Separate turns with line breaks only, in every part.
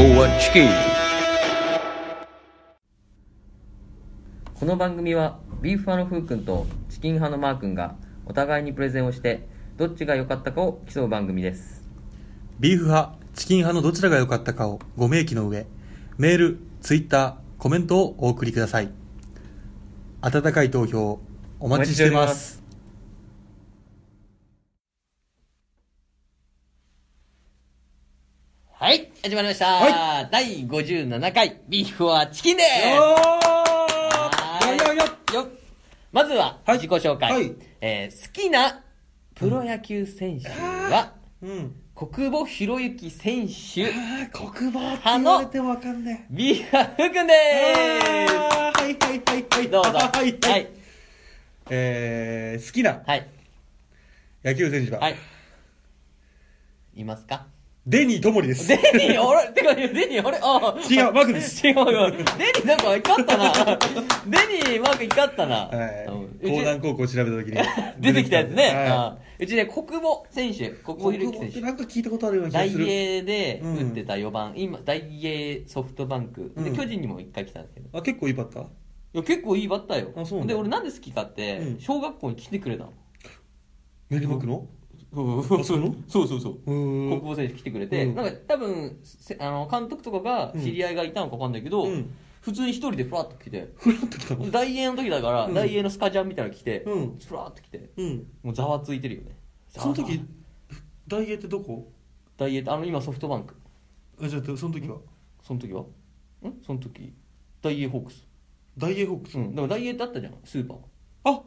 OK この番組はビーフ派のふうくんとチキン派のマーくんがお互いにプレゼンをしてどっちが良かったかを競う番組です
ビーフ派、チキン派のどちらが良かったかをご明記の上、メール、ツイッター、コメントをお送りください。温かい投票、お待ちしてます。
はい始まりました、
は
第57回ビーフはチキンで
お
はーいよっまずは
はい
自己紹介、
はい
えー好きなプロ野球選手は、
うん。
国保博之選手
あー、国語って
言われて
もわかんね
ビーフはふうくん
え。
で
はいはいはいは
す
い。
どうぞ
はい
は
はいい。えー、好きな
はい
野球選手は、
はいいますか
デニーともりです。
デニー、俺、てか、デニー、俺、あ
違うマーク です
違うよ。デニーなんか怒ったな。 デニー、マーク怒ったな。
はい。
うち
高南高校を調べたときに
出てきたやつね。
は
うんうちね、国母選手、国
い
母ゆる
国語
き選
って
手。
なんか聞いたことあるような気が
大
する。
英で
うん
打ってた4番、今、大英ソフトバンク。で、
うん
巨人にも1回来たんですけど。
あ、結構いいバッター
いや、結構いいバッターよ。
あそうなん
で、
だ
俺なんで好きかって、
うん
小学校に来てくれたの。
練馬区の
そう
あそうなの
そうそうそう。
うー
国
ん。
宝選手来てくれて、
うん
なんか多分せあの監督とかが知り合いがいたのか分かんないけど、
うん
普通に一人でふらっと来て、
ふらっと来たの
大英の時だから、
うん
大英のスカジャンみたいなの来て、
うん
ふらっと来て
うん。
もうざわついてるよね
その時
ざわ、
大英ってどこ
大英ってあの今ソフトバンク
え、じゃあ、その時は
その時はんその時大英ホークス
大英ホークス
うんでも大英ってあったじゃんスーパー
あ、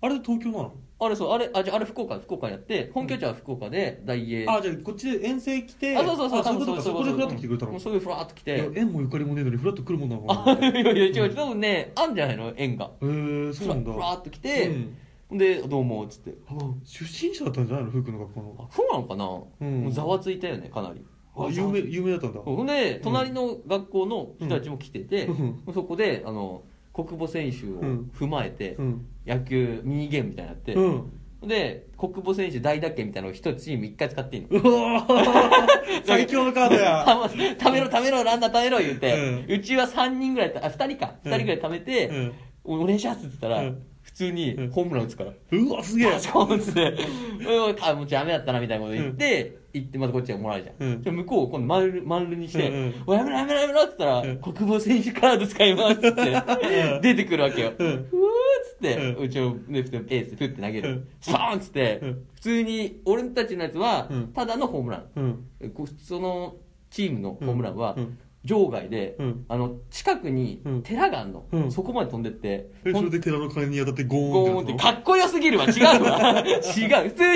あれ東京なの
あれそうあれあじゃああれ福岡福岡やって本拠地は福岡で大英、
あ、じゃあ、こっちで遠征来て、
あそうそうそう
あそういうことか、そこでふらっと来てくれた
も
の
うそういうふらっと来
いや
て
縁もゆかりもねえのにふらっと来るもんなの
あ
か
い
な
やいや違う違う多分ねあんじゃないの縁が
へー、そうなんだ。
ふらふらっと来て、
うん
でどうもっつって
あ出身者だったんじゃないの福君の学校の
あそうなのかな、
うん
もうざわついたよねかなり
あ有名有名だったんだ
そうほんで隣の学校の人たちも来てて、
うん
そこであの国母選手を
うん
踏まえて、
うん
野球ミニゲームみたいなのやって、
うん
で国母選手大打拳みたいなのを1チーム1回使っていいの
うわ ー最強のカードや
たためろためろランナーためろ言うて、うちは3人ぐらいたあ2人か
うん
2人ぐらいためて、
うん
おお願いしますって言ったら、
うん
普通にホームラン打つから、
うわすげえ
パチコンっつって「うんあもうダメだったな」みたいなこと言って、行ってまたこっちがもらうじゃん、
うん
で向こう今度丸る丸るにして
う
「
んうん
おいやめろやめろやめろ」っつったら、
うん
国防選手カード使います」っつって出てくるわけよ、
うん
ふーっつって、う
うん
ちをね普通にエースでふって投げる、
うん
スパーンっつって、
うん
普通に俺たちのやつは、
うん
ただのホームラン、
うん
こそのチームのホームランは、
うんうん
場外で、
うん
あの近くに
うん
寺があるの、
うん
そこまで飛んでって、
え
ほ
それ
ん
で寺の鐘に当たってゴ
ゴ
ー
ーン
ン
っ
ってて
かっこよすぎるわ違う わ違う普通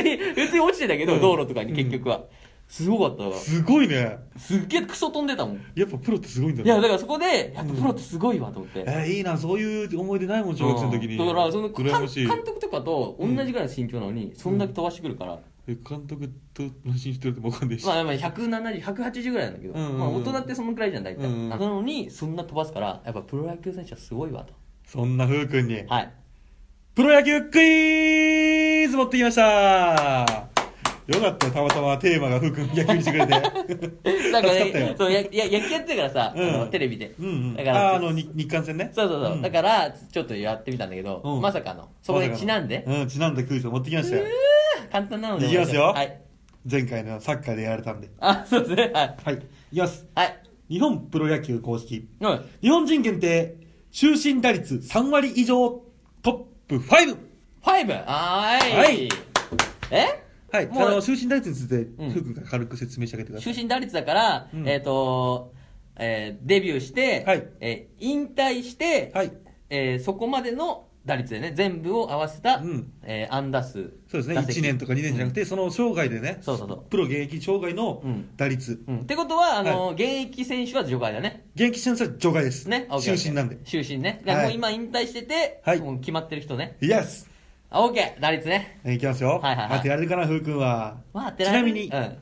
に普通に落ちてたけど、道路とかに結局はすごかったわ
すごいね
すっげえクソ飛んでたもんい
やっぱプロってすごいんだね
やだからそこでやっぱプロってすごいわと思って、
えーいいなそういう思い出ないもん小学生の時に
うんだからその監
羨ましい
監督とかと同じぐらいの身長なのに、そんだけ飛ばしてくるから、
え監督と何しにしてるってもわかんないし
まあまあ170、180ぐらいなんだけど、
うんうんうん
まあ大人ってそのくらいじゃん、大体。
うんうん
なのに、そんな飛ばすから、やっぱプロ野球選手はすごいわと。
そんな風君に
はい。
プロ野球クイズ持ってきましたよかったよたまたまテーマが風君野球にしてくれて
なんか
助かった
ね
よ、
そうやや野球やってるからさ、
うん
あのテレビで。
うん、うん、
だから
ああのに日韓戦ね
そうそうそう、
ん
だからちょっとやってみたんだけど、
うん
まさかのそこにちなんで、
うんちなんでクイズを持ってきましたよ
簡単なので
いきますよ
はい
前回のサッカーでやられたんで
あそうですねはい
はいいきます
はい
日本プロ野球公式
うん
日本人限定終身打率3割以上トップ 5!
ファイブはーい、
はい、
え
はい、
もう
あの終身打率について、
ん
ふうくんが軽く説明してあげてください。
終身打率だから、
うん
えっ、と、えーデビューして、
はい
えー引退して、
はい、
えーそこまでの打率でね全部を合わせた、
うん
えー安打数
そうですね、
打席
1年とか2年じゃなくて、その生涯でね、
そうそうそう
プロ現役生涯の
うん
打率、
うん、ってことはあの、現役選手は除外だね
現役選手は除外です。
ね
終身なんで。
終身ねだからも
は
う
い
今引退してて、
はい
もう決まってる人ね
イエス
あオッケー打率ね
いきますよ。
はいはいはい
当てられるかな、ふうくんは。
まあ当て
ち
られ
な
る
みに、
うん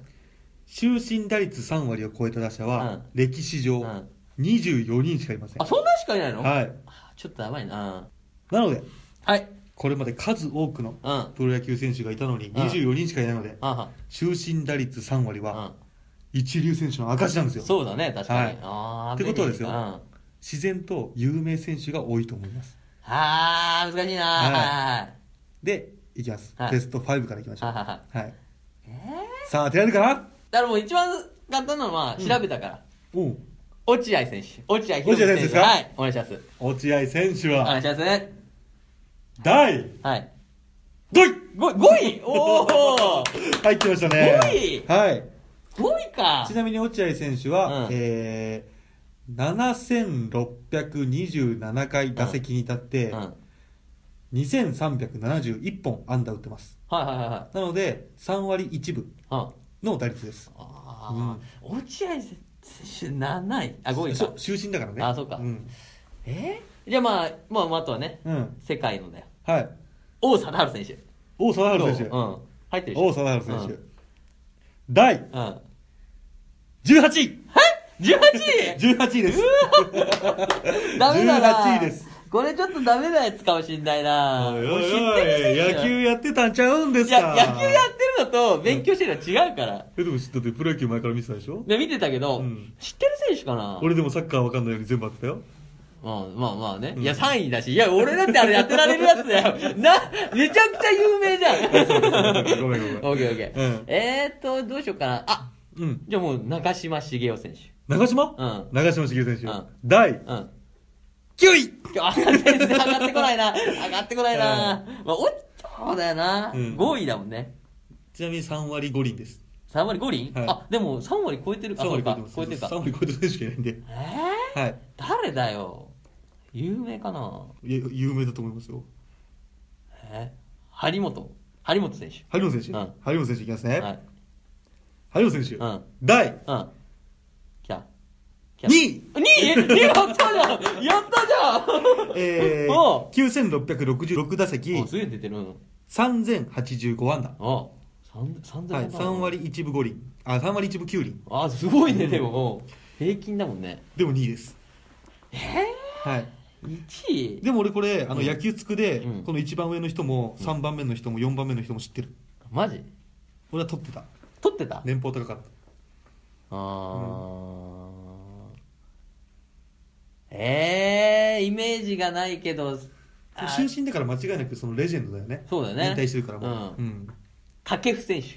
終身打率3割を超えた打者は、
うん
歴史上
うん
24人しかいません
あ、。そんなんしかいないの
はい。
あちょっとやばいな。
なので、
はい。
これまで数多くの
うん。あ
プロ野球選手がいたのに
ん
24人しかいないので、
は。
終身打率3割
う
は
ん。
一流選手の証なんですよ
そうだね確かに、
はい
あー
ってことはですよ
うん、あ
自然と有名選手が多いと思います
あ難しいな
はい
は
でいきます、
はい
ベスト5からいきまし
い
ょう
はい
は
はいはい
い、さあ当てられるかな
だからもう一番簡単なのは調べたから、
おう
落合選手落合博
落合選手
選手
ですか
はいお願いします
落合選手
お願
はい
しますね
第
はい
5位
5位おお
入ってましたね
5位
はい
5位か
ちなみに落合選手は、
うん
えー、7627回打席に立って、
うん、はい
2371本安打打ってます
はいはいはい
なので3割1分
うん
の打率です
ああ、落合選手7位あ5位
そ
か
う終身だからね
あそうか
ん、
えーじゃあまあまああとはね
うん、
世界のだよ
はい
王貞治選手
王貞治選
どううん入って
手
る
王貞治選手、第
手うん、うん、
18位
18位
18位です
ダメだな
18位です
これちょっとダメなやつかもしんないな
おい
も
お
う知
い
っ
お
て
い
る選手
野球やってたんちゃうんです
い
か
や野球やってるのと勉強してるのは違うから、
えでも知っててプロ野球前から見てたでしょ
で見てたけど、
うん
知ってる選手かな
俺でもサッカーわかんないように全部当てたよ
まあまあまあね、
うん
いや3位だしいや俺だってあれやってられるやつだ よなめちゃくちゃ有名じゃん
ごめんご
オ
め
ッ
ん
ケーオッケー、
うん
えーっとどうしようかなあ
うん
じゃあもう中島茂雄選手
長島、
うん
長島茂選手、
うん
第
うん
9位
今日全然上がってこないな上がってこないな、まあおっそうだよな、
うん
5位だもんね
ちなみに3割5厘です
3割5厘、
はい
あでも3割超えてるか
3割
そう
超え
か超えて
て
る
ま
か
す3割超えてる選手しかいないんで
えー、
はい
誰だよ有名かない
や有名だと思いますよ
えー張本張本選手
張本選手、
うん
張本選手いきますね、
はい
張本選手、
うん
第
うんきたきた
2位
2位2位や ったじゃんやったじゃん
えー、
お
9666打席
おすげえ出てるうん
3085安打
あ三三
はい、3割1分5厘あ3割1分9厘
あすごいねでも平均だもんね
でも2位です
え
はい
え1位
でも俺これあの
うん
野球つくで、
うん
この一番上の人も3番目の人も4番目の人も知ってる
マジ
俺は取ってた
取ってた
年俸高かった
あーええイメージがないけどあ
新進だから間違いなくそのレジェンドだよね
そうだよね
引退してるからもう、
うん
ん
掛布選手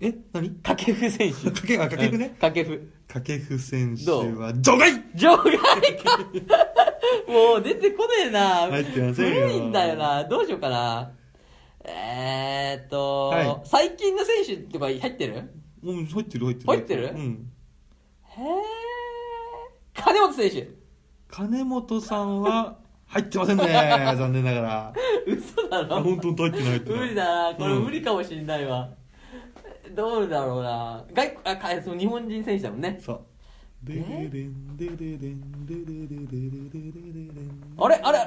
え何
掛布選手
掛布あ掛布ね
うん掛布
掛布選手は除外
場外かもう出てこねえな
入ってませんよ
古いんだよなどうしようかなえー、っと、
はい
最近の選手とか入ってるへ
うん入ってる入ってる
入ってる
うん
え金本選手
金本さんは入ってません ね残念ながら
嘘だろ
本当に入ってない入ってない
無理だなこれ
うん
無理かもしんないわ、どうだろうな外国あかその日本人選手だもんね
そうでででんでででんででででででででん
あれあれ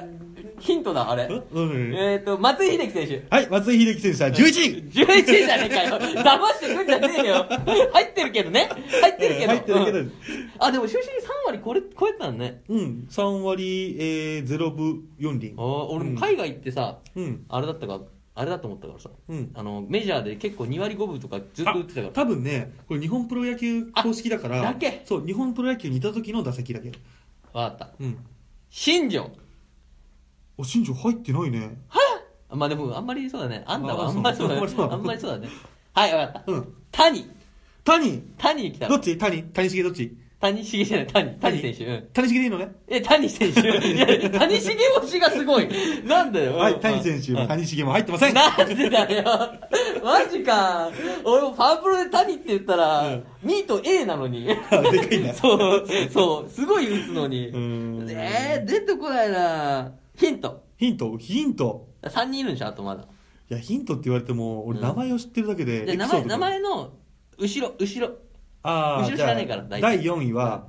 ヒントだあれ
えうん
えー、っと松井秀喜選手
はい松井秀喜選手は11位
11位じゃねえかよ騙してくんじゃねえよ入ってるけどね入ってるけど、
入ってるけど
うんあでも終始3割これ超えてたのね
うん3割えー0分4厘
あー俺も海外行ってさ、
うん
あれだったかあれだと思ったからさ
うん
あのメジャーで結構2割5分とかずっと打ってたか
多分ねこれ日本プロ野球公式だから
あだけ
そう日本プロ野球にいた時の打席だけ
らわかった
うん
新庄
あ新庄入ってないね
まあでもあんまりそうだねあんだは
あ
あんまりそうだね
そうそう
あんまりそうだねはいわかった
うん
谷
谷
谷に来た
どっち谷谷重どっち
谷重じゃない谷谷選手うん
谷重でいいのね
え谷選手いや谷重推しがすごいなんだよ
はい谷選手
うん
谷重も入ってません
なんでだよマジか俺もファンプロで谷って言ったら、
うん
ミート A なのに
あ でかいな
そうそうすごい打つのに、
うん
えー、出てこないなヒント
ヒントヒント
3人いるんでしょあとまだ
いやヒントって言われても俺
うん
名前を知ってるだけで
で
エピ
名
ソー
前
ド
名
が
前の後ろ後ろ
ああ
後ろ知らねえから大体
第4位は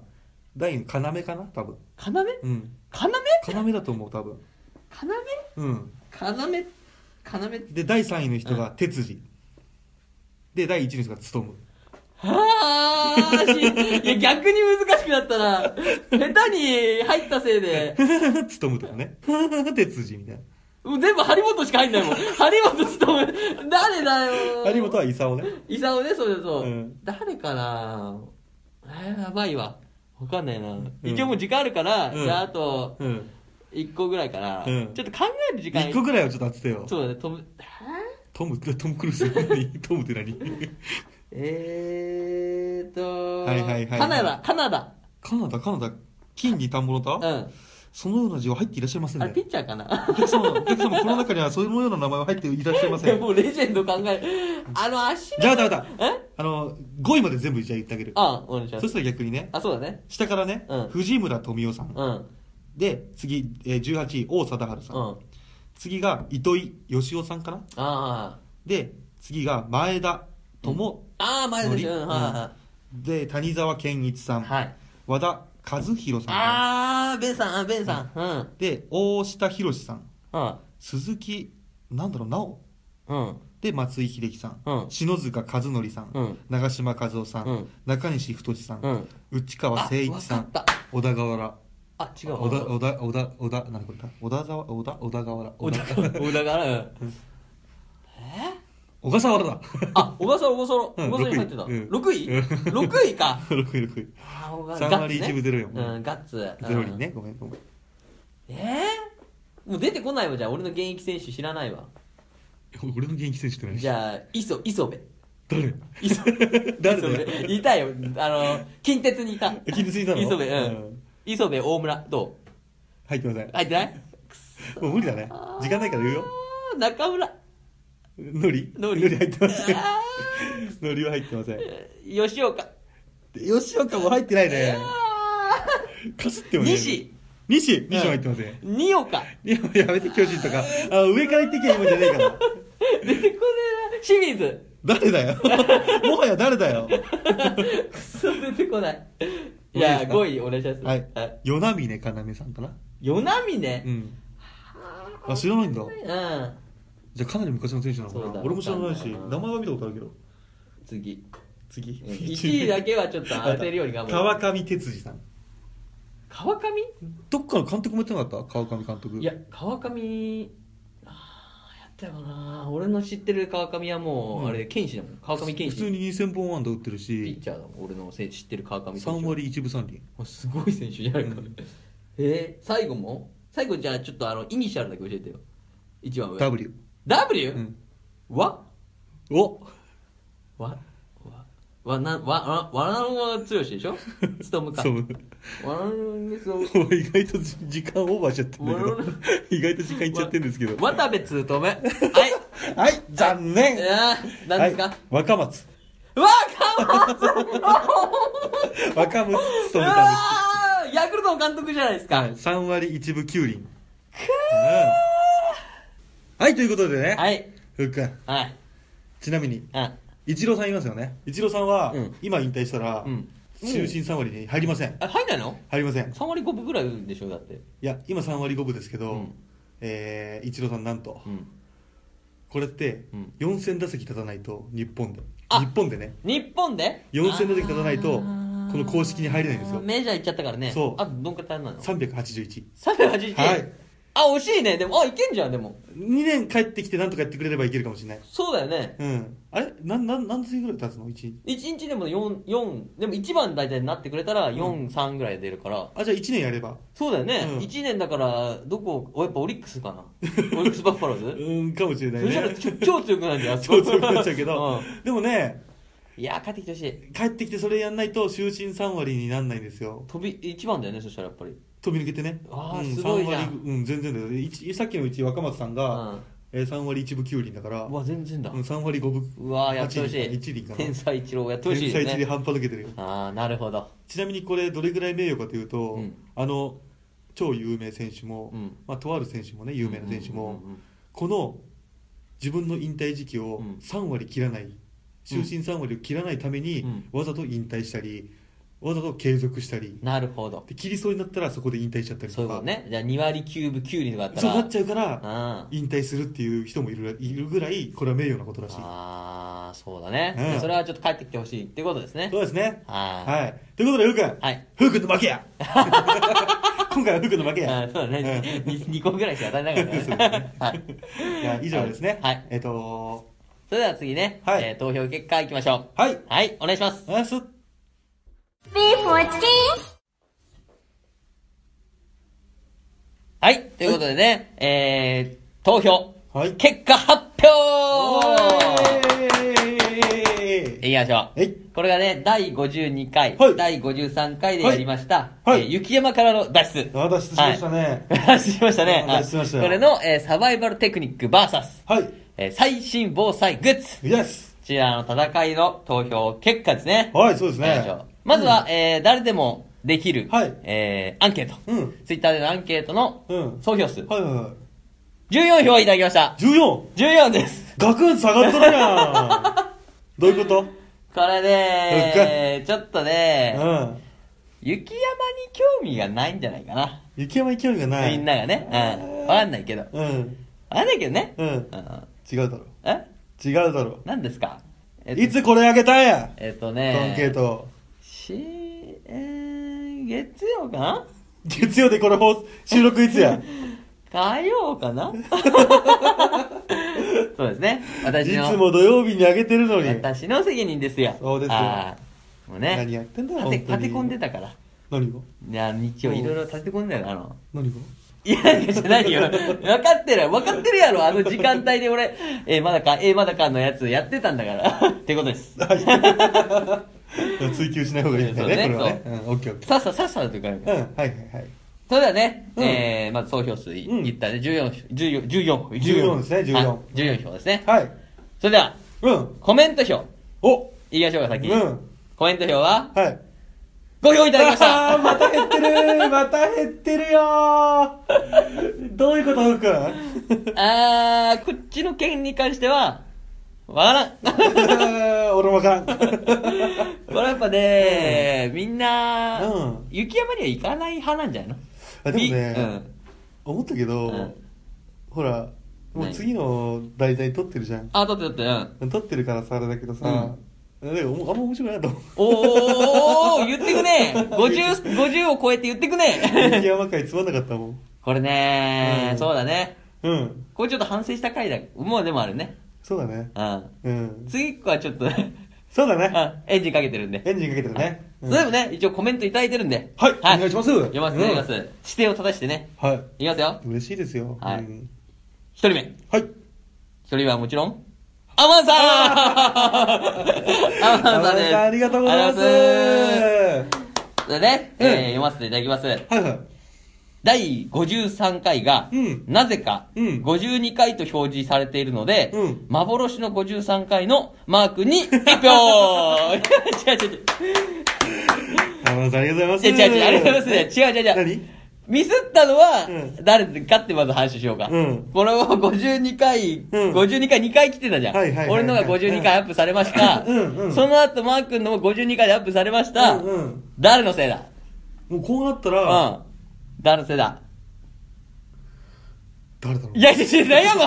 第4位要かな多分
要要
うん要だと思う多分
要
うん
要要
で第3位の人が哲司、で第1位の人が務
はあし、いや逆に難しくなったな。下手に入ったせいで、
む務むとかね哲司みたい
もう全部張本しか入んないもん。張本勤め、誰だよ
な。有本は功ね
伊沢ね、そうそうそう。
うん
誰かなえーやばいわわかんないな、一応もう時間あるから、
うん
じゃああと
うん。
1個ぐらいかな、
うん
ちょっと考える時間
一個ぐらいはちょっと当ててよ。
そうだねとむ
トム、トム・クルーズ。トムって何
えーっと、
はいはいはい
カナダカナダ
カナダ、カナダ、金に田んぼの田、
うん
そのような字は入っていらっしゃいません
あれ
ね
ピ。ッチャーかな
お客様、お客様、この中にはそういうような名前は入っていらっしゃいませ
で
ん。
もうレジェンド考えあの足
じゃ
あ
あ、だめだ。
え
あの、5位まで全部じゃあ言ってあげる。
あお願いしま
そ
す
したら逆にね、
あそうだね
下からね、
うん
藤村富夫さん。
うん
で、次、えー18位、王貞治さん。
うん
次が、糸井義雄さんかな
あ
で、次が、前田智
あああ前でしょうん
うん
は
で、谷沢健一さん。
いはい
和田和弘さん。
ああベンさんあベンさんうん
で、大下博さん。
うん
鈴木、なんだろう、直
うん
で、松井秀喜さん。
うん
篠塚和則さん。
うん
長嶋一夫さん。
うん
中西太さん。
うん
内川誠一さ
あわ
ん
かった。
小田河原。
あ違う
小田、小田、小田、小田、なんだこれか。小田沢、小田、小田河原。
小田
小田
小田からえ
小笠原 だ。
あ小笠原小笠
うん
原小笠原に入ってた
うん
6位
うん
6位か
6位、6位。
あ小
3割一分ゼロよ
うんガッツ
ゼロ人ね。ごめん、ごめん。
うんえーもう出てこないわじゃあ俺の現役選手知らないわ
俺の現役選手って何
じゃあ磯磯部
誰
磯
誰だよ
磯部いたよあの近鉄にいた
近鉄にいたの
磯部う
うんん
磯部大村どう
入ってません。
入ってない
もう無理だね。時間ないから言うよ。
あー中村
のり
のり
のり入ってません
あ。
のりは入ってません。
吉岡
吉岡も入ってないね。
あ
かすってもね。
西
西西も入ってません。
ー二岡
いや、やめて、巨人とか。あ上から行ってきゃいいもんじゃねえから。
出てこねえな清水
誰だよ。 もはや誰だよ。
くそ出てこないい
いい
や
ですか
5位お願いします
はい。与那嶺かなめさんかな。
与那嶺
うん。あ、知らないんだ。
うん
じゃあかなり昔の選手なの
そう
かな。
だ
俺も知らないし、
わかんないな
名前は見たことあるけど。
次
次。
1位だけはちょっと当てるように頑張
川
る
上哲司さん。
川上
どっかの監督もやってなかった川上監督。
いや、川上あーやったよな俺の知ってる川上はもう、
うん
あれ剣士だもん川上剣
普通
士
に2000本安打打ってる
ピ
し
ッ、チャーだもん俺のせ知ってる川上
3
選
割1分3厘。
手すごい選手じゃないか、
うん
えー最後も最後じゃあちょっとあのイニシャルだけ教えてよ一番上
W。
W、
うん。
わ
お
わわわなわわわなのは強しでし ょつとむか
そう。
わなのにそう
もう意外と時間オーバーしちゃってんだけど
わら、
意外と時間いっちゃってるんですけど。
渡部つとめ はい
はい、残念
あー何ですか、
はい若松。
うわーかわいい
若松勤めた
うわ
んです。
ーヤクルトの監督じゃないですか。
3割1分9厘。うんはい、ということでね、
はい。
ふっくん、
はい。
ちなみに、
あ、
イチローさんいますよね。イチローさんは、
うん
今引退したら、
うん
終身3割に入りません。
あ入んないの
入りません。い
?3 割5分ぐらい打るんでしょ、だって。
や、今3割5分ですけど、
うん
えー、イチローさんなんと、
うん。
これって
うん、
4000打席立たないと、日本で。
あ
日本でね。
日本で
4000打席立たないと
あー
この公式に入れないんですよ
メジャー行っちゃったからね。
そう
あとどんくらい足んないの
381
?381。
はい。
あ、惜しいね。でも、あ、いけんじゃん、でも。
2年帰ってきてなんとかやってくれればいけるかもしれない
そうだよね。
うんあれなんなん何歳ぐらい経つの1
1日でも4、四でも1番大体になってくれたら4、3ぐらいで出るから。
あじゃあ1年やれば
そうだよね。
うん
1年だから、どこ、おやっぱオリックスか な。オリックスバッファローズ
うんかもしれない
そしたら
ね
ちょ超強くなるんじゃん
超強くなっ ちゃうけど、
ん
でもね
いや帰ってきてほしい
帰ってきてそれやんないと終身3割になんないんですよ
飛び一番だよねそしたらやっぱり
飛び抜けてね
あー
うん、
すごいじゃ
3
ん
割うん全然だよ一さっきのうち若松さんが、
うん
えー、3割1分9厘だから
うわ全然だ
うん、3割5分
うわやってほし
1
い
厘かな
天才一郎やってほし
天
い
才
よ
一で
ね
半端抜けてるよ
ああなるほど
ちなみにこれどれぐらい名誉かというと、
うん
あの超有名選手も、
うん
まあ、とある選手もね有名な選手も、
うんうんうんうん
この自分の引退時期を
うん
3割切らない、終身3割を切らないために、
うん
わざと引退したりわざと継続したり
なるほど
で切りそうになったらそこで引退しちゃったり
そうい
と
う
か
ことねじゃあ2割9分9厘とかあった
そう
ら
なっちゃうから
ゃうん
引退するっていう人もいるいるぐらいこれは名誉なことらしい
ああそうだね、
うん
それはちょっと帰ってきてほしいってことですね
そうですね
は
はいということでふうくん
いはい
ふうくんの負け や今回はふうくんの負けや
あーそうだね、二 2, 個ぐらいしか当たりなかったからね、はい、
いや以上ですね。
はい
えっと、
それでは次ね、
はい
えー投票結果いきましょう
はい。
はいお願いします
あす。
B for chicken.
はい、ということでね、えー、投票、
はい
結果発表いきましょう。
はい
これがね、第52回、
はい
第53回でやりました、
はい
えー雪山からの脱出。
あ脱出しましたね
はい、脱出しましたね。
あ脱出しましたよ
はいこれの、えーサバイバルテクニック VS、
はい
えー最新防災グッズ。
イエス
こちらの戦いの投票結果ですね。
はいそうですね
やりましょうまずは、えー誰でもできる、
はい
えーアンケート。
うん
ツイッターでのアンケートの
うん
総票数。
はいはいは
14票いただきました
い。14
14です。
ガクンと下がっとるやん どういうこと
これね、ちょっと
う
ね、
ん
雪山に興味がないんじゃないかな。
雪山勢いがない
みんながね。うん。わかんないけど。わ
うん
かんないけどね。
うん
うん
違うだろ
え
違うだろ
何ですかえっと
いつこれあげたんや
えっと
ア
ね、
ンケート
し、えー、月曜かな
月曜でこれ放送収録いつや
火曜か なそうですね。
い
私の。
つも土曜日にあげてるのに
私の責任ですよ。
そうですよ
あーもうね。
何やってんだよ
立て
本当に
立て込んでたから。
何が
いや、日曜いろいろ立て込んでたから、あの。
何が
いや、なんかじゃないよ。分かってる、分かってるやろ。あの時間帯で俺、えーまだか、えーまだかのやつやってたんだから。ってことです。
追求しない方がいいんだよね、
そうね
これはね。うん、オッケーオッケ
さっささっさというか、
ー。うん、はいはいはい。
それではね、
うん
えーまず総票数い,、
うん
ったね。14、14、
14
14、
ですね14
あ14票ですね。
はい。
それでは、
うん。
コメント票。
お
言いましょうか、先に。
うん
コメント票は、
はい。
5票いただきまし
あ
た
ーまた減ってるまた減ってるよーどういうこと、ふうくん
あー、こっちの件に関しては、わからん。
俺もわからん。
これやっぱね、みんな、
うん
雪山には行かない派なんじゃないの
あでもね
みうん
思ったけ
う
ど
ん、
ほら、もう
何
次の題材撮ってるじゃん。
あ、だってだって、うん。
撮ってるからさ、あれだけどさ、でもあんま面白くないと思う。
おー、言ってくね 50, 50を超えて言ってくね
雪山会つまんなかったもん。
これね、
うん
そうだね。
うん。
これちょっと反省した回だ。もうでもあるね。
そうだね。
うん。
うん。
次はちょっ とね、
そうだ
う
ね。
んエンジンかけてるんで。
エンジンかけてるね。うん
それでもね、一応コメントいただいてるんで。
はいお願いします
読ませていただきま
う
す。指定を正してね。
はい。
いきますよ。
嬉しいですよ。
はい
うん
一人目。
はい。
一人はもちろん、アマ ンさんアマンさんです。
ありがとうございます。
ありがとうござい
は
ますそれでね、
うん
えー読ませていただきます。
いはい。
第53回が、
うん
なぜか、
うん
52回と表示されているので、
うん
幻の53回のマークに1 票違う違う違う。
山田さんありがとうご
違
ざ
う
います。
違う違う、ありがとうございます。違う違う違う。
何
ミスったのは
う、
誰かってまず話しようか。
うん
これを52回、
うん
52回2回来てたじゃん。
はいはいはいはい
俺のが52回アップされました。
うんうん
その後、マー君のも52回でアップされました。
うんうん
誰のせいだ
もうこうなった
う
ら、
ん。誰のせいだ
誰だろう
い。やいやいや、悩む、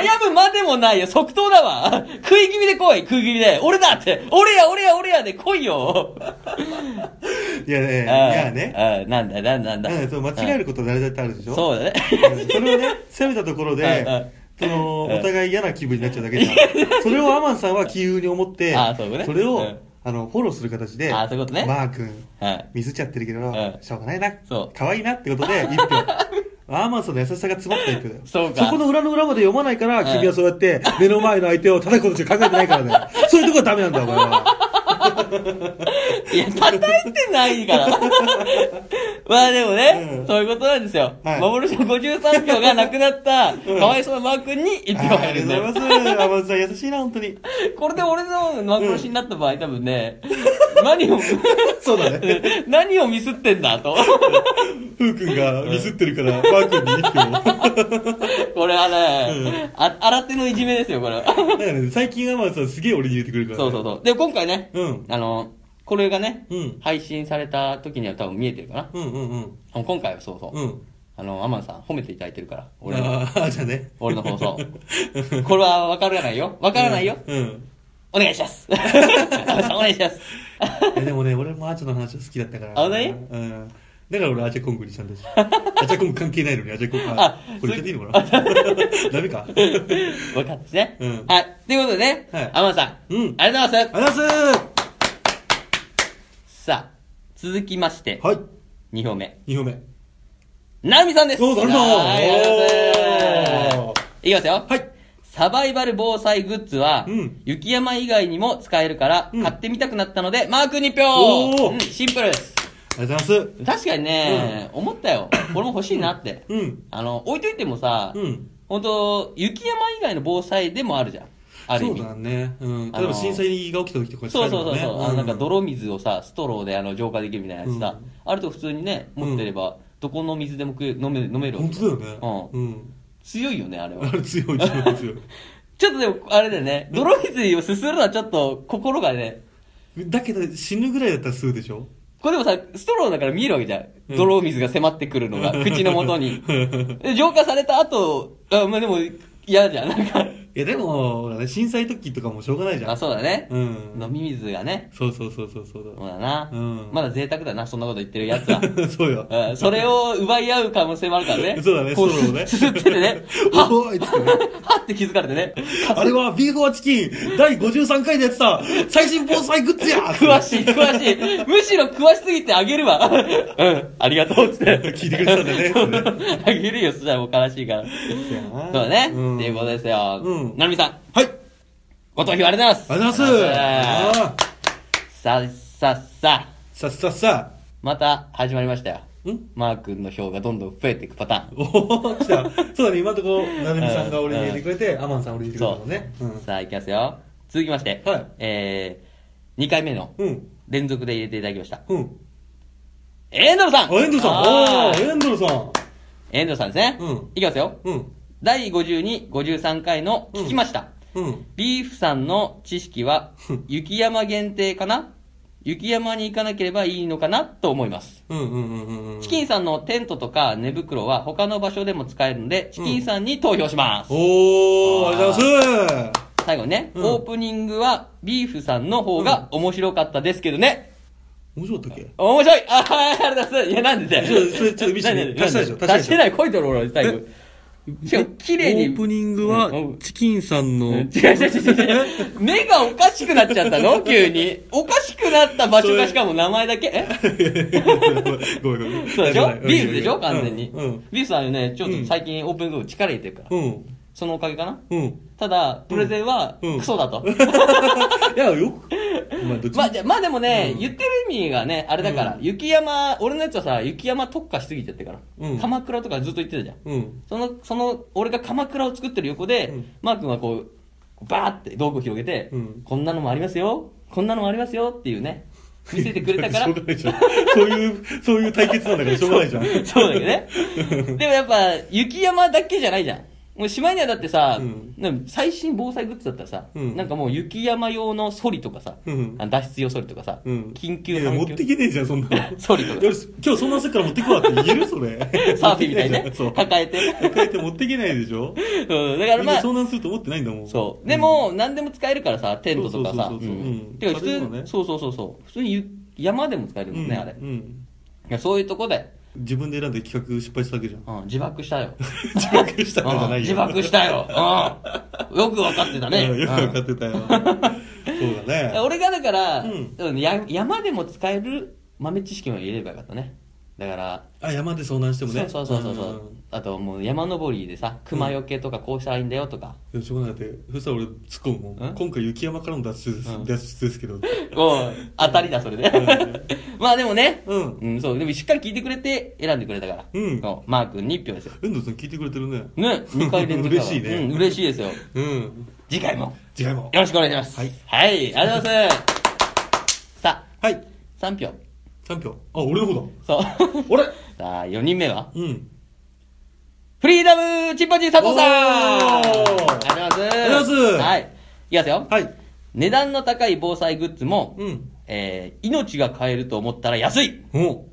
悩むまでもないよ。即答だわ。食い気味で来い、食い気味で。俺だって。俺や、俺や、俺やで来いよ。
いやね、い
い
やね。
うん、なんだ、なんだ、なんだ。
うんそう間違えることは誰だってあるでしょ
そうだね。
うんそれをね、攻めたところ
うんうん
で、その、お互い嫌な気分になっちゃうだけじゃん。それをアマンさんは気憂に思って
あーそういうことね、
それ
う
を
ん、
あの、フォローする形で、
あーそういうことね
マー君、
はい。
ミスっちゃってるけど、
ん
しょうがないな。
そう
可愛いなってこと で、一票。アーマンさんの優しさが詰まった一票だよ。
そうか
そこの裏の裏まで読まないから、
ん
君はそうやって、目の前の相手を叩くことしか考えてないから だよ。そういうとこはダメなんだよ、お前は。
いや、叩いてないから。まあでもね、
うん
そういうことなんですよ。
はい
幻の53票がなくなった、かわいそうなマー君に1票
あ
入
り
るん
が
だ
とうご
よ。
ざいます。アーマンさん優しいな、本当に。
これで俺の幻になった場合、多分ね、何を、
そうだね。
何をミスってんだと。
ふうくんがミスってるから、マー君に一票。
これはね、あ、新手のいじめですよ、これは。
だからね、最近アマンさんすげえ俺に入れてくるから、
そうそうそう。で、今回ね、
うん
あの、これがね、
うん
配信された時には多分見えてるかな。
う。うんうんうん。
あの今回はそうそう。
うん。
あの、アマンさん褒めていただいてるから、俺の、
ああ、じゃあね。
俺の放送。これはわからないよ。わからないよ。
うん。
お願いします。 お願いします。
えでもね、俺もアーチャの話は好きだったから。
あ本当に
うん。だから俺アーチャコングにしたんだし。 アーチャコング関係ないのにアーチャコング。あ、これ言っちゃっていいのかな ダメか。
分かったしね。
うん
はい。ということでね、
はい
アマンさん、
うん
ありがとうございま
ありがとうございます
す。さあ、続きまして、
はい。
2票目。
2票目。
なるみさんです
おーなるみさん
はいありがとうござい
お
ますいきますよ。
はい。
サバイバル防災グッズは、
うん
雪山以外にも使えるから、
うん
買ってみたくなったので、マーク2票
おー
うんシンプルです。
ありがとうございます。
確かにね、思ったよ。俺も欲しいなって。
うん。
あの、置いといてもさ、
うん。
本当雪山以外の防災でもあるじゃん。ある意
そう
味。
だね。うん。
あ
例え
の
ば
ー
震災が起きた時とか使
そ
え
う
る
そう
もん
そう
ね
そう、あのなんか。泥水をさストローであの浄化できるみたいなやつさ、
う
あると普通にね持ってれば、どこの水でも食え飲め飲めるわ
本
けじゃん
当だよね。
う
うん。
強いよねあれは
あれ強い強い強い。
ちょっとでもあれだよね泥水をすするのはちょっと心がね
だけど死ぬぐらいだったらすぐでしょ
これでもさストローだから見えるわけじゃん、
うん
泥水が迫ってくるのが口の 元にで浄化された後あまあでも嫌じゃんなん か
いやでも、ほらね、震災時とかもしょうがないじゃん。
あそうだね、
うん
飲み水がね
そうそうそうそうそう
そうだな、
うん
まだ贅沢だなそんなこと言ってるやつは
だ。そうよ。
うんそれを奪い合う可能性もあるからね。
そうだね
こう
そうだね
す すって てね。は
おーいっつってね
はって気づかれてね。
あれはビーフォアチキン第53回のやつだ最新防災グッズや
詳しい、詳しい。むしろ詳しすぎてあげるわ。うん、ありがとうっつって。
聞いてくれてたんだねそうね
あげるよ、そしたらもう悲しいから。そう
やな
だね。
うん
っていうことですよ。
うん
なるみさん、
はい
ご投票ありがとう
あ
ご
りが
ざいます。。
とうございますすあ
さあ、さあ、さあ、
ーさっさっさ
また始まりましたよ。
ん
マー君の票がどんどん増えていくパターン。
おお来たそうだね今のとこなるみさんが俺に入れてくれてアマンさん俺に入れてくれたのねうん
さあ、いきますよ。続きまして、
はい
えー、2回目の
うん
連続で入れていただきました。
うん
遠藤さん
あエンドルさんお
あ
お
ー
エンドルさん
遠藤さんですね。
うん
いきますよ。
うん
第52、53回の聞きました。
うん
ビーフさんの知 識は
うん、
雪山限定かな雪山に行かなければいいのかなと思います。
うんうんうんうんうん
チキンさんのテントとか寝袋は他の場所でも使えるので、チキンさんに投票します。
おおありがとうございます
最後にね、
うん
オープニングはビーフさんの方が面白かったですけどね。
面白かったっけ
面白いあはい、ありがとうございます。いや、なんでだ
ちょ
よ。
それちょっと見せて
なんで
足したでしょ
なんで
足
足
し
した
でし
て
ょ
ない、来いとろ、俺、最後。しかも、綺麗に。
オープニングは
うんうん
チキンさん
うん 違う
の
違う違う違う。 目がおかしくなっちゃったの急に。おかしくなった場所がしかも名前だけ。え
ごめんごめん
そうでしょビーフでし
う
ょ
ん
完全に
うん。
ビーフさんはね、ちょっ
うん
と最近オープニング力入れてるから。
うん
そのおかげかな
うん
ただ、プレゼンは
うん
クソだと。
いやよくまあどっち
まあ、
も
じゃあまあでもね、
うん
言ってる意味がね、あれだから、
う
雪山、俺のやつはさ、雪山特化しすぎちゃってから、
うん
鎌倉とかずっと言ってたじゃん。
うん
その、その、俺が鎌倉を作ってる横で、
うん
マー君はこう、バーって道具を広げて、
うん
こんなのもありますよ、こんなのもありますよっていうね、見せてくれ たから
しょう、がないじゃんそういうそういう対決なんだからしょうがないじゃん
そうだけどね。でもやっぱ、雪山だけじゃないじゃん。もうしまいにはだってさ、
うん
なんか最新防災グッズだったらさ、
うん
なんかもう雪山用のソリとかさ、
うん
あの脱出用ソリとかさ、
うん
緊急
いや
反響
持ってけねえじゃんそんなの
ソリとか
よし今日そんなせっから持ってこわって言えるそれ
サーフィンみたいに ね
そう、
抱えて。
抱えて持ってけないでしょ
うん、だか
みん
らま
な
あ、
遭難すると思ってないんだもん
そう。でも、何でも使えるからさ、テントとかさ。
そううそうそうそうんうん
てか、普
建
通
物ね
そうそうそうそう。普通にゆ山でも使える
う
もん
ん
ね、あれ。い
うん
や、そういうとこで、
自分で選んで企画失敗したわけじゃん
うん、自爆したよ。
自爆したからじゃな
う
んいよ
自爆したよ。うん。よくわかってたね。
うんよくわか
う
っ
ん
てたよそうだね
俺がだから、
うん
うんや山でも使える豆知識も入れればよかったね。だから、
あ山で遭難してもね
そうそうそうそう。
ん
あともう山登りでさ、熊よけとかこうしたらいいんだよとか。
いやしょうがないだってそしたら俺突っ込むも
ん
ん今回雪山からの脱出です,、
うん
脱出ですけど
うん、当たりだ、それで。 まあでもね、
うん
うん、そう、でもしっかり聞いてくれて選んでくれたから。
うん
そうマー君に1票ですよ。
遠藤さん聞いてくれてるね
ね、2回連続だわ
嬉しいね
うん、嬉しいですよ。
うん
次回も
次回も
よろしくお願いします。
はい。
はい、ありがとうございます。さ
はい
あ、3票。
3票あ俺の方だ
そう。
俺
さあ、4人目は、
うん
フリーダムチンパンジー佐藤さんあり
おー
がとうございます。
ありがとうございます
はい。いきますよ。
はい
値段の高い防災グッズも、
うん
えー、命が買えると思ったら安い
お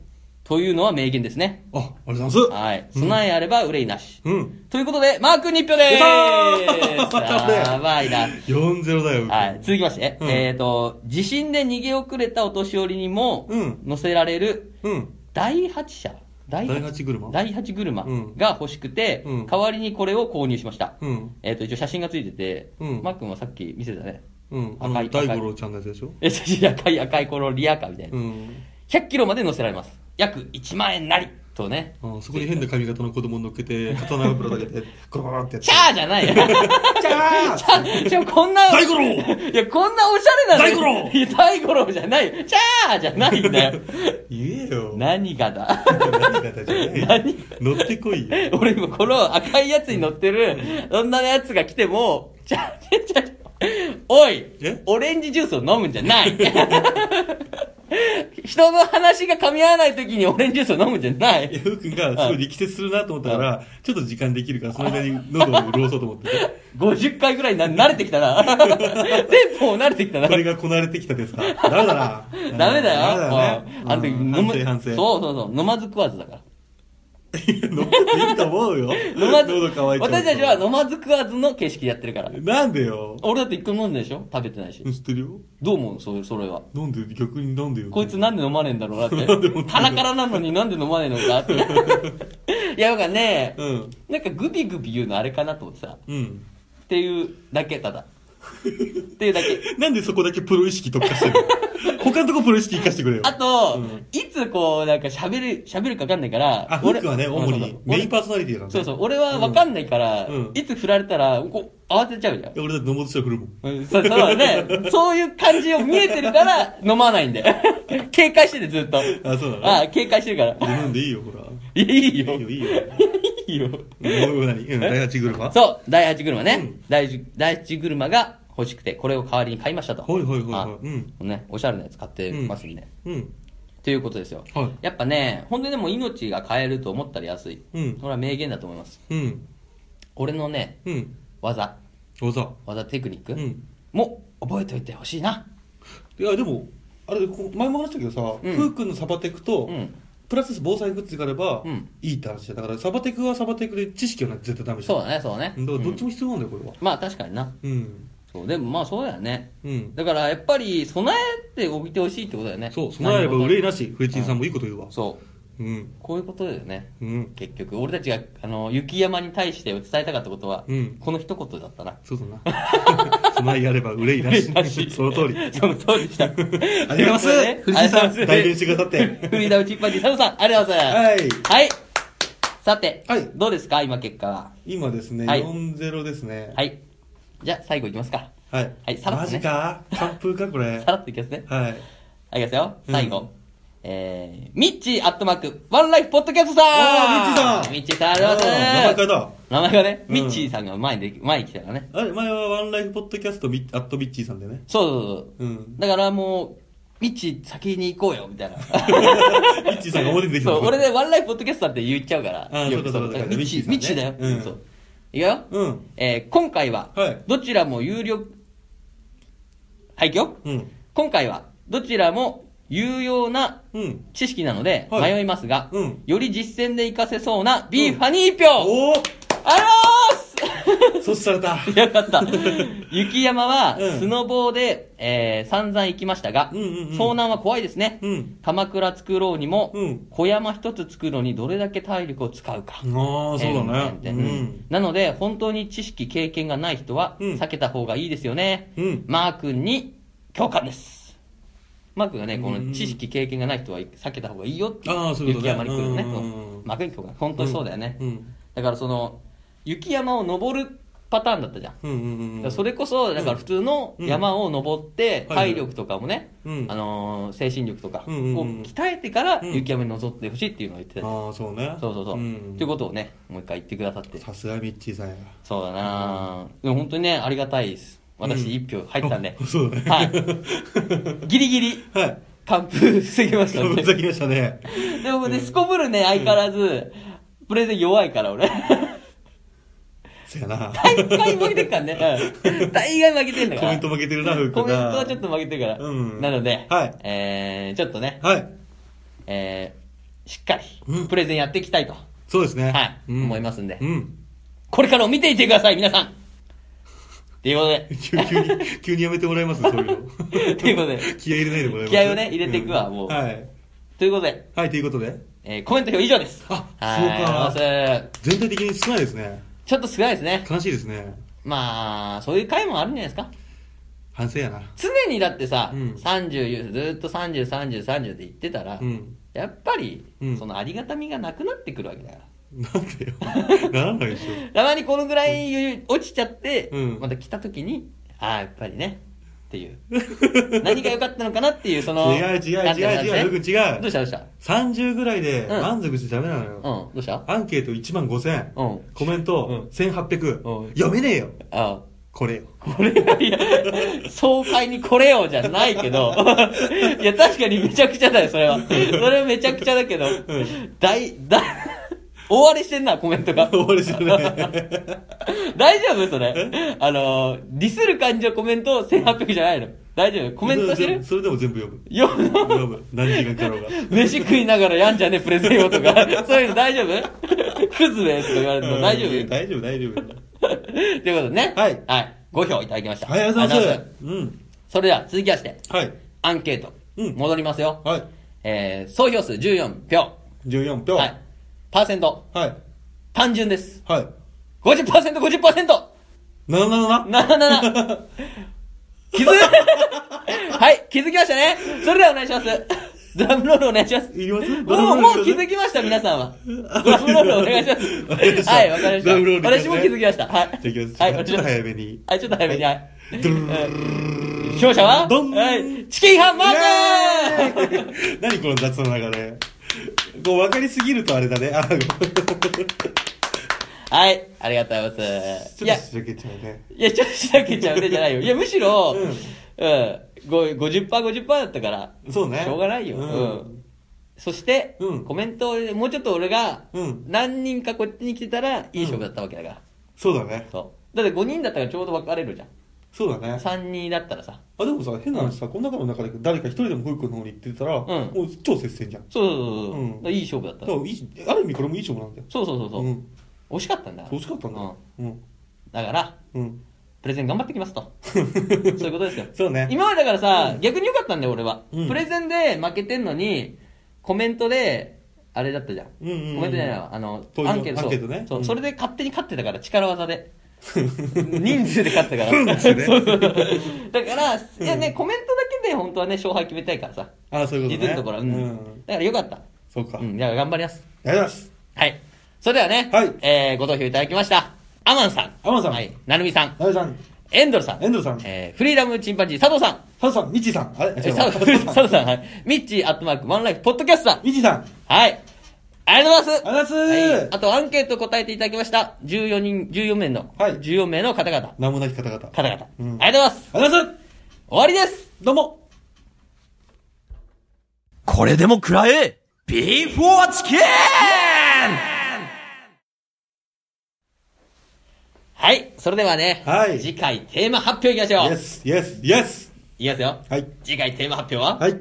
というのは名言ですね。
あありがとうございます
はい。備えあれば憂いなし。
うん
ということで、マー君1票で
や
ー
っ
す
たー
やばいな。
40だよ
はい。続きまして、
うん
えっ、と、地震で逃げ遅れたお年寄りにも
うん、
乗せられる、
うん
第8車第
第
8
8車
第8車
うん
が欲しくて、
うん
代わりにこれを購入しました。
うん
えっ、と、一応写真がついてて、
うん
マー君はさっき見せたね。
うんあ
赤
の
い
大五郎ちゃんのやつでしょ
え、赤い赤いこのリアカーみたいな。
うん
い100キロまで乗せられます。約1万円なりとね。
あそこに変な髪型の子供乗っけて、 刀をぶら下げて、ゴロゴロってや って
シ。ャーじゃないよ。
チ ャー
じゃあこんな、
大五郎
いや、こんなおしゃれな
大五郎
いや、大五郎じゃないよ。チャーじゃない んだよ。
言えよ。
何がだ
何型じゃない
何
乗ってこい よ。
俺今この赤いやつに乗ってる女のやつが来ても、ちゃ、ちゃ、ちゃ、おい
え
オレンジジュースを飲むんじゃない 人の話が噛み合わない時にオレンジジュースを飲むんじゃない
ヤフー君がすごい力説するなと思ったから、ちょっと時間できるから、その間に喉を潤そうと思って。
50回ぐらいな慣れてきたな。 テンポも慣れてきたな
こ。れがこなれてきたですかダメだな。
ダメだよ。
ダメだね
うん。あの時、
うん
飲む
反省反省。
そうそうそう。飲まず食わずだから。
飲んでいいと思 うよ。
飲まず
喉乾いちゃう。
私たちは飲まず食わずの形式でやってるから。
なんでよ。
俺だって一個も飲んでないでしょ食べてないし。
知ってるよ。
どう思うそれそれは。
なんで、逆になんでよ。
こいつなんで飲まねえんだろうなっ
なんで飲んでん
て。
の
カラカラなのになんで飲まねえのか って。いや、なんかね、
うん。
なんかグビグビ言うのあれかなと思ってさ。
うん。
っていうだけ、ただ。っていうだけ。
なんでそこだけプロ意識特化してるの 他のとこプロ意識生かしてくれよ。
あと、
うん
いつこう、なんか喋る、喋るか分かんないか
あ
ら、
フックはね、
う
主
んそうそ
に
う
メインパーソナリティなんだ。
そうそうう、俺は分かんないから、
うん
いつ振られたら、こう、慌てちゃうじゃん。
俺だって飲もうとしたら振るもん。
うんそうそうだね。そういう感じを見えてるから、飲まないんだよ。警戒してて、ずっと。
あ、そう
あ
な
あ、警戒してるから。
の飲んでいいよ、ほら。
いいよ
いい。よ、いいよ。
いいよ。
もう何うん、大八車は
そう、第8車ね。
うん
第1第8車が欲しくて、これを代わりに買いましたと。
いはいはい
あ
はい。うん。
ね、おしゃれなやつ買ってますんで。
うん。
ということですよ。
はい
やっぱね、本当にでも命が変えると思ったら安い。
うん
これは名言だと思います。
うん。
俺のね、
うん。
技、
おさ。
技テクニック、
うん。
も覚えておいてほしいな。
いや、でも、あれ、こ前も話したけどさ、ふ
うん
ーくんのサバテクと、
うん。
プラス防災グッズがあれば
うん、
いいって話だよだから、サバテクはサバテクで知識はないと絶対ダメじゃん。
そうだね、そうだね。
だから、どっち
うん
も必要なんだよ、これは。
まあ確かにな。
うん。
そう、でもまあそうだよね。
うん。
だからやっぱり備えておいてほしいってことだよね。
そう、備えれば
何事
憂い
も
なし、フイチンさんもいいこと言うわ。
そ
う
う。
ん。
こういうことだよね。
うん。
結局、俺たちが、あの、雪山に対して伝えたかったことは、
うん
この一言だったな。
そうだな。備えあれば憂いな
憂いな
し。
し
その通り。
その通りでした。ありがとう
ありがとうございます。藤井さん、代弁してくださって。
フリーダムチンパンジーサムさん、ありがとうございます。
はい。
はい。さて、
はい
どうですか今結果は。
今ですね、
はい
40ですね。
はい。じゃあ、最後いきますか。
はい。
はいさらっ
マ
とね
ジか完封か、これ
さ。らっといきますね。
はい。
はい、いきますよ。
うん
最後。えー、ミッチーアットマーク、ワンライフポッドキャストさん
おーミッ
ミッ
チー
チ
さ
ーさ
ん
ん、ありがとうござ
あー
い
名前変えた
ます。名前がね、
うん
ミッチーさんが前にでき、前に来たからね。
あれ、前はワンライフポッドキャストミッ、アットミッチーさんでね。
そうそう
う
そう。
ん。
だからもう、ミッチー先に行こうよ、みたいな。
ミッチーさんが表に出てきた。
そう、俺でワンライフポッドキャストだって言っちゃうから。
あー
よく
そうかそうかそうか
ミッチー、
ミ
ミ
ッ
ッ
チ
チ
ー
ー
さ
だ
んね。
よ
うん
そう。いくよ。
うん。
えー、今回は
はい、
どちらも有力、はい、いくよ。
うん。
今回は、どちらも有用な
うん。
知識なので、
はい
迷いますが、
うん
より実践で活かせそうな B ファニー一票、
おお
あろー
阻止された。
す よかった。 雪山は
うん
スノボーで、えー散々行きましたが、
うんうんうん
遭難は怖いですね。
うん。
鎌倉作ろうにも、
うん
小山一つ作るのにどれだけ体力を使うか。
ああ、そうだね。
えー
う
うん
ん。
なので、本当に知識、経験がない人は、
うん
避けた方がいいですよね。
うん。
マー君に共感です。マー君がね、こ
うん
の知識、経験がない人は避けた方がいいよって、
あーそういうこと
雪
ね
山に来るのね。
うん
そうマー君に共感。本当にそうだよね。
うん。
だからその、雪山を登るパターンだったじゃん。
うんうんうんう
だか
ん。
らそれこそ、だから普通の山を登って、
うんはいはい
体力とかもね、
うん
あのー精神力とかを
うんうんうん
鍛えてから
うん
雪山に臨ってほしいっていうのを言ってたじゃん
ああ、そうね。
そうそうそう。
ん
ということをね、もう一回言ってくださって。
さすがミッチーさんや。
そうだなぁでも本当にね、ありがたいです。
うん
私一票入ったんで
お。そうだね。
はい。ギリギリ、
い。 はい。
完封防ぎました
かぶ
ね
っ。きましたね。
でもね、すこぶるね、相変わらず、プレゼン弱いから俺。
そやな。
大概負けてるからね。うん大概負けてんだか
コ
ら。
メント負けてるな、ふうくんな。
コメントはちょっと負けてるから。
うん
なので、
はい
えー、ちょっとね、
はい。
えー、しっか
うん
り、プレゼンやっていきたいと、
そうですね。
はい、
うん
思いますんで、
うん。
これからも見ていてください、皆さんっていうことで、
急急に、急にやめてもらいます、そういうの。
ということで、
気合い入れないでもらいます。
気合をね入れていくわ
ん
もう
はい。
ということで、
はい、ということで、
えー、コメント表以上です。
あ
はい
そうか
ありがとうございます
全体的に少ないですね。
ちょっと少ないですね。
悲しいですね。
まあ、そういう回もあるんじゃないですか。
反省やな
常にだってさ、
うん
30ずーっと303030って言ってたら、
うん
やっぱり、
うん
そのありがたみがなくなってくるわけだから
なんでよならないでしょ
たまにこのぐらい余裕落ちちゃって、
うん
また来た時にああやっぱりねっていう何が良かったのかなっていうその
違う違う
なんて
違う
なんて
違う違う
どうしたどうした
30ぐらいで
ん
満足してダメなのよ、
うんどうした
アンケート1万5000、
うん
コメント1800、
うん
読めねえよ
あ
これよ
あこれいや爽快にこれよじゃないけど いや確かにめちゃくちゃだよそれはそれはめちゃくちゃだけど、大大大荒れしてんなコメントが
終わりじゃない
大丈夫それ。あのー、ディスる感じのコメント1800じゃないの。大丈夫コメントしてる
それでも全部読む
よ、
読む何時間かろうが
飯食いながらやんじゃねプレゼンよと か。そういうの大丈夫クズめとか言われるの 大丈夫
うん大丈夫大丈夫
ということでね。
はい
はい。5票いただきました。
はいありがとうござ
あ
い
り
ま
がとう
すうん
それでは続きまして、
はい
アンケート。
うん
戻りますよ。
はい
えー、総票数14票。
14票
はい。パーセント。
はい
単純です。
はい
50%、50%!
777
ななな 気づはい、気づきましたね。それではお願いします。ドラムロールお願いします。
いります
もう、もう気づきました、皆さんは。ドラムロールお願い し
わかりま
ま
し
す。
た
はい、わかり
ドラムロール
ま
で
し
すね
た。私も気づきました。はい。
じゃあ行きます
はい、お願い
ち
し
ょっと
ます
早めに
はい、ちょっと早めに、
は
はいい。
ドゥルルルルル
勝者は
ドン
はい、チキンハンバーグー
イエーイ何この雑の流れこう分かりすぎるとあれだねあごめんちょ
はい、ありがとうございま
っ
す。
と
いや、
しけちゃうね
いや、ちょっとしなきゃちゃうねじゃないよ。いや、むしろ、
う
うんん、ご50%、50%だったから、
そうね
しょうがないよ。
う
うんん。そして、
うん
コメントを、もうちょっと俺が、
うん
何人かこっちに来てたら、いい勝負だったわけだから。
そうだね
そう。だって5人だったらちょうど分かれるじゃん。
そうだね
3人だったらさ。
あでもさ変な話さ、この中の中で誰か一人でも保育の方に行ってたら、もう超接戦じゃんだ
そうそうそうそう。
うん
だからいい勝負だった
か。らいいある意味これもいい勝負なんだよ
そうそうそうそう、
ん
惜しかったんだから
惜しかったんだ
うん
うん
だから、
うん
プレゼン頑張ってきます と。そういうことですよ。
そうね
今までだからさ、逆に良かったんだよ、俺は、
うん
プレゼンで負けてんのに、コメントで、あれだったじゃん。
うんうんうん
コメントじゃないわあの、
投票
アンケート。そ
ア
う
ンケートね
そう、
うん
それで勝手に勝ってたから、力 技で。人数で勝ったか
うん
ら。
ですね
そうそうだから、いやね、コメントだけで本当はね、勝敗決めたいからさ。
ああそういうことね
実のところ、うん。だから良かった。
そうか、
うん、だから頑張ります。
やります
はい。それではね、
はい
えー、ご投票いただきました。アマンさん。
アマンさん
はい。なるみさん。
なべさん
エンドルさん。
エンドルさん
えー、フリーダムチンパンジー佐藤さん。
ハルさんミッチーさんあれ
え
違
ー
う
佐
ハ
藤
ル
佐藤さん、はい。ミッチーアットマーク、ワンライフ、ポッドキャストさん。
ミッチーさん
はい。ありがとうございます。
ありがとうございます
はいあと、アンケート答えていただきました。14人、14名の、
はい
14名の方々、
名もなき方々
方々、
うん
ありがとう
あ
ございます。
りがとうございます
終わりです
どうも
これでも食らえ !B4 チキン
はい。それではね、
はい
次回テーマ発表いきましょう。
イエスイエスイエス
いきますよ。
はい
次回テーマ発表は、
はい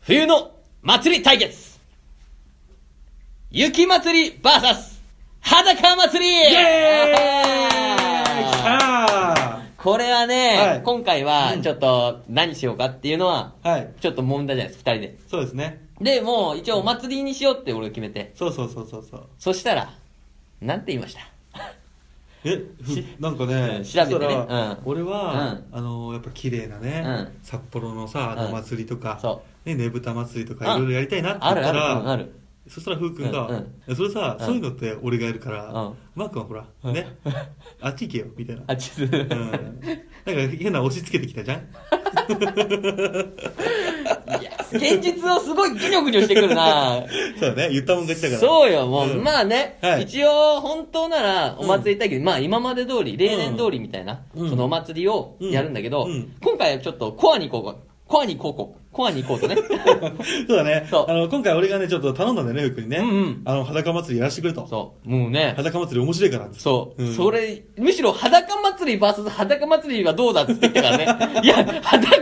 冬の祭り対決雪祭り VS 裸祭り
イエーイさあ
これはね、
はい
今回はちょっと何しようかっていうのは、
はい
ちょっと揉んだじゃないですか、二人
そうですね
で。で、もう一応お祭りにしようって俺が決めて。
そうそうそうそうそう
そしたら、なんて言いました
えふなんかね
うん調べてね
そしたら
うん
俺は、
うん
あのーやっぱ綺麗なね、
うん
札幌のさあの祭りとか、
そ
ね、ねぶた祭りとか
あ
いろいろやりたいなって言
あ
った
るある、
ら
うんある。
そしたらふうくんが、
うん
それさ、
うん
そういうのって俺がやるから、
うん
マークはほら、ねあっち行けよみ たいな、
あ、ちょっ
うん、
と、
なんか変な押し付けてきたじゃん
いや、現実をすごいギニョギニョしてくるな
そう だね言ったもん勝ちだからう
そうよ、もう、
ん
まあね、
はい
一応、本当なら、お祭りだけど、まあ今まで通り、例年通りみたいな、
うん
そのお祭りをやるんだけど、
うんうん
今回はちょっとコアに行こうか。コアに行こうか。コアに行こう とね。
そうだね
そう
あの今回俺がねちょっと頼んだんだよねふうくんにね、
うんうん
あの裸祭りやらせてくれと
そう、もうね、
裸祭り面白いから
そう、
うん
それ、むしろ裸祭り VS 裸祭りはどうだって言ってたから ね。いや、裸、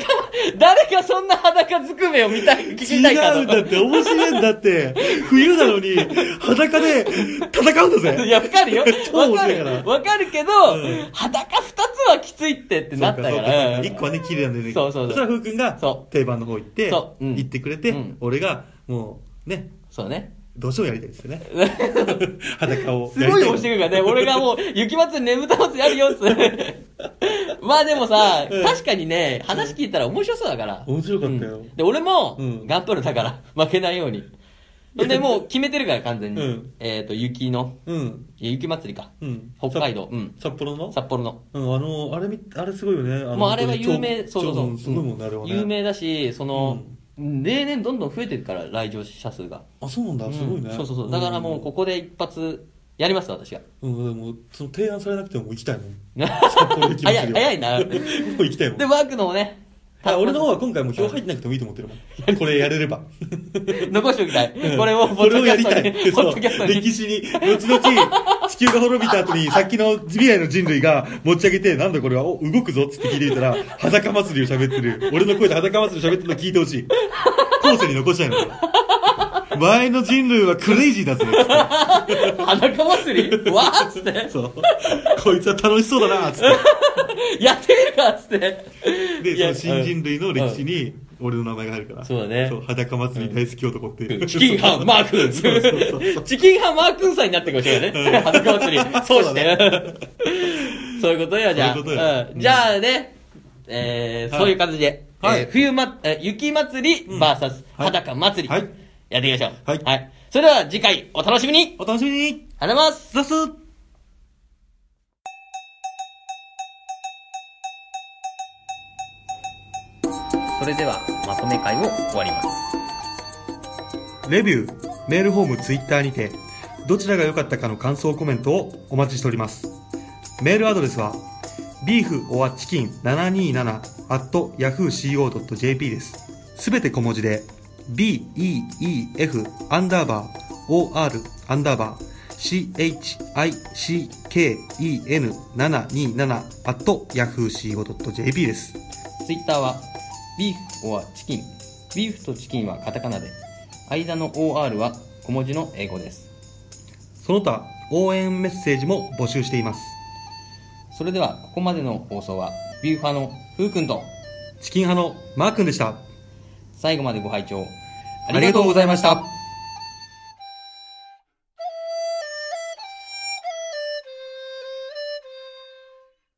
誰がそんな裸ずくめを見たい、聞
違
きたいか
うんだって、面白いんだって。冬なのに、裸で戦うんだ
い
ぜ。
や、わかるよ。
超
わ
面
か
白いから
る。わかるけど、
うん
裸二つはきついってってなったか
そう
ら。
そうう一
ん
個はね、綺麗なんでね。
そうそうそう
したら、ふうくんが
そ、
定番の方行って、
そ
行
ううん
ってくれて
うん、
俺が、もう、ね、
そうね。
どうしてもやりたいです よね。裸を
す
やりたい。
ごい押してくるからね。俺がもう、雪祭り、ねぶた祭りやるよっつって。まあでもさ、確かにね、話聞いたら面白そうだから。
面白かったよ
うんで、俺も
うん、
頑張るだから、 負けないように。ほんで、もう決めてるから、完全
う
に
ん。
えっと、雪の、
うん。
いや雪祭りか。
うん。
北海道うん
札幌の
札幌の。
うん、あの、あれみ、あれすごいよね。の
もうあれは有名、
超
そうそうそう
超んすごいもんね、あれはね。
有。名だし、その、例年どんどん増えてるから、来場者数が。
あ、そうなんだ、すごいね。
うんそうそうそう。だからもう、こ
こ。
こで一発、やりま す、私が。
うん、でも、その提案されなくてももう行きたいもん。
早い、
行きましょうよ
早いな。
もう行きたいもん。
で、ワークのもね、
あ俺の方は今回もう票入ってなくてもいいと思ってるも ん。これやれれば。
残しておきたい。これ を、
これをやりたい。
ポッ
そう
ドキャストに。
歴史に、後々、地球が滅びた後 に、さっきの未来の人類が持ち上げて、なんだこれは、お、動くぞっつって聞いてみたら、裸祭りを喋ってる。俺の声で裸祭りを喋ってるの聞いてほしい。後世に残したいの。 俺前の人類はクレイジーだぜ。
裸祭 りわーっつって。
そう。こいつは楽しそうだな、つっ
やってみるかっつって。
て。
い
で、
や
その新人類の歴史に、俺の名前が入るから。
そうだね
裸祭り大好き男っていう。
チキンハンマー君
そうそうそう そう
チキンハンマー君さんになってくるかもしれないね。裸祭り。そうして。そういうことよ、じゃあ。
そういうことよ
うんじゃあね、えー
はい
そういう感じで、え
はい
ー冬ま、えー雪祭り VS
はい
裸祭り。
はい
やっていきましょう。
はい
はい。それでは次回お楽しみに
お楽しみに
ありがとうございます
ザス
それではまとめ会を終わります
レビュー、メールフォーム、ツイッターにて、どちらが良かったかの感想コメントをお待ちしております。メールアドレスは、beeforchicken727-yahooco.jp です。すべて小文字で、beef アンダーバー or アンダーバー chicken727-yahooco.jp です。
ツイッターは、ビーフ or チキン。ビーフとチキンはカタカナで、間の OR は小文字の英語です。
その他、応援メッセージも募集しています。
それでは、ここまでの放送は、ビューファーのふうくんと、
チキン派のマー君でした。
最後までご拝聴
ありがとうございました。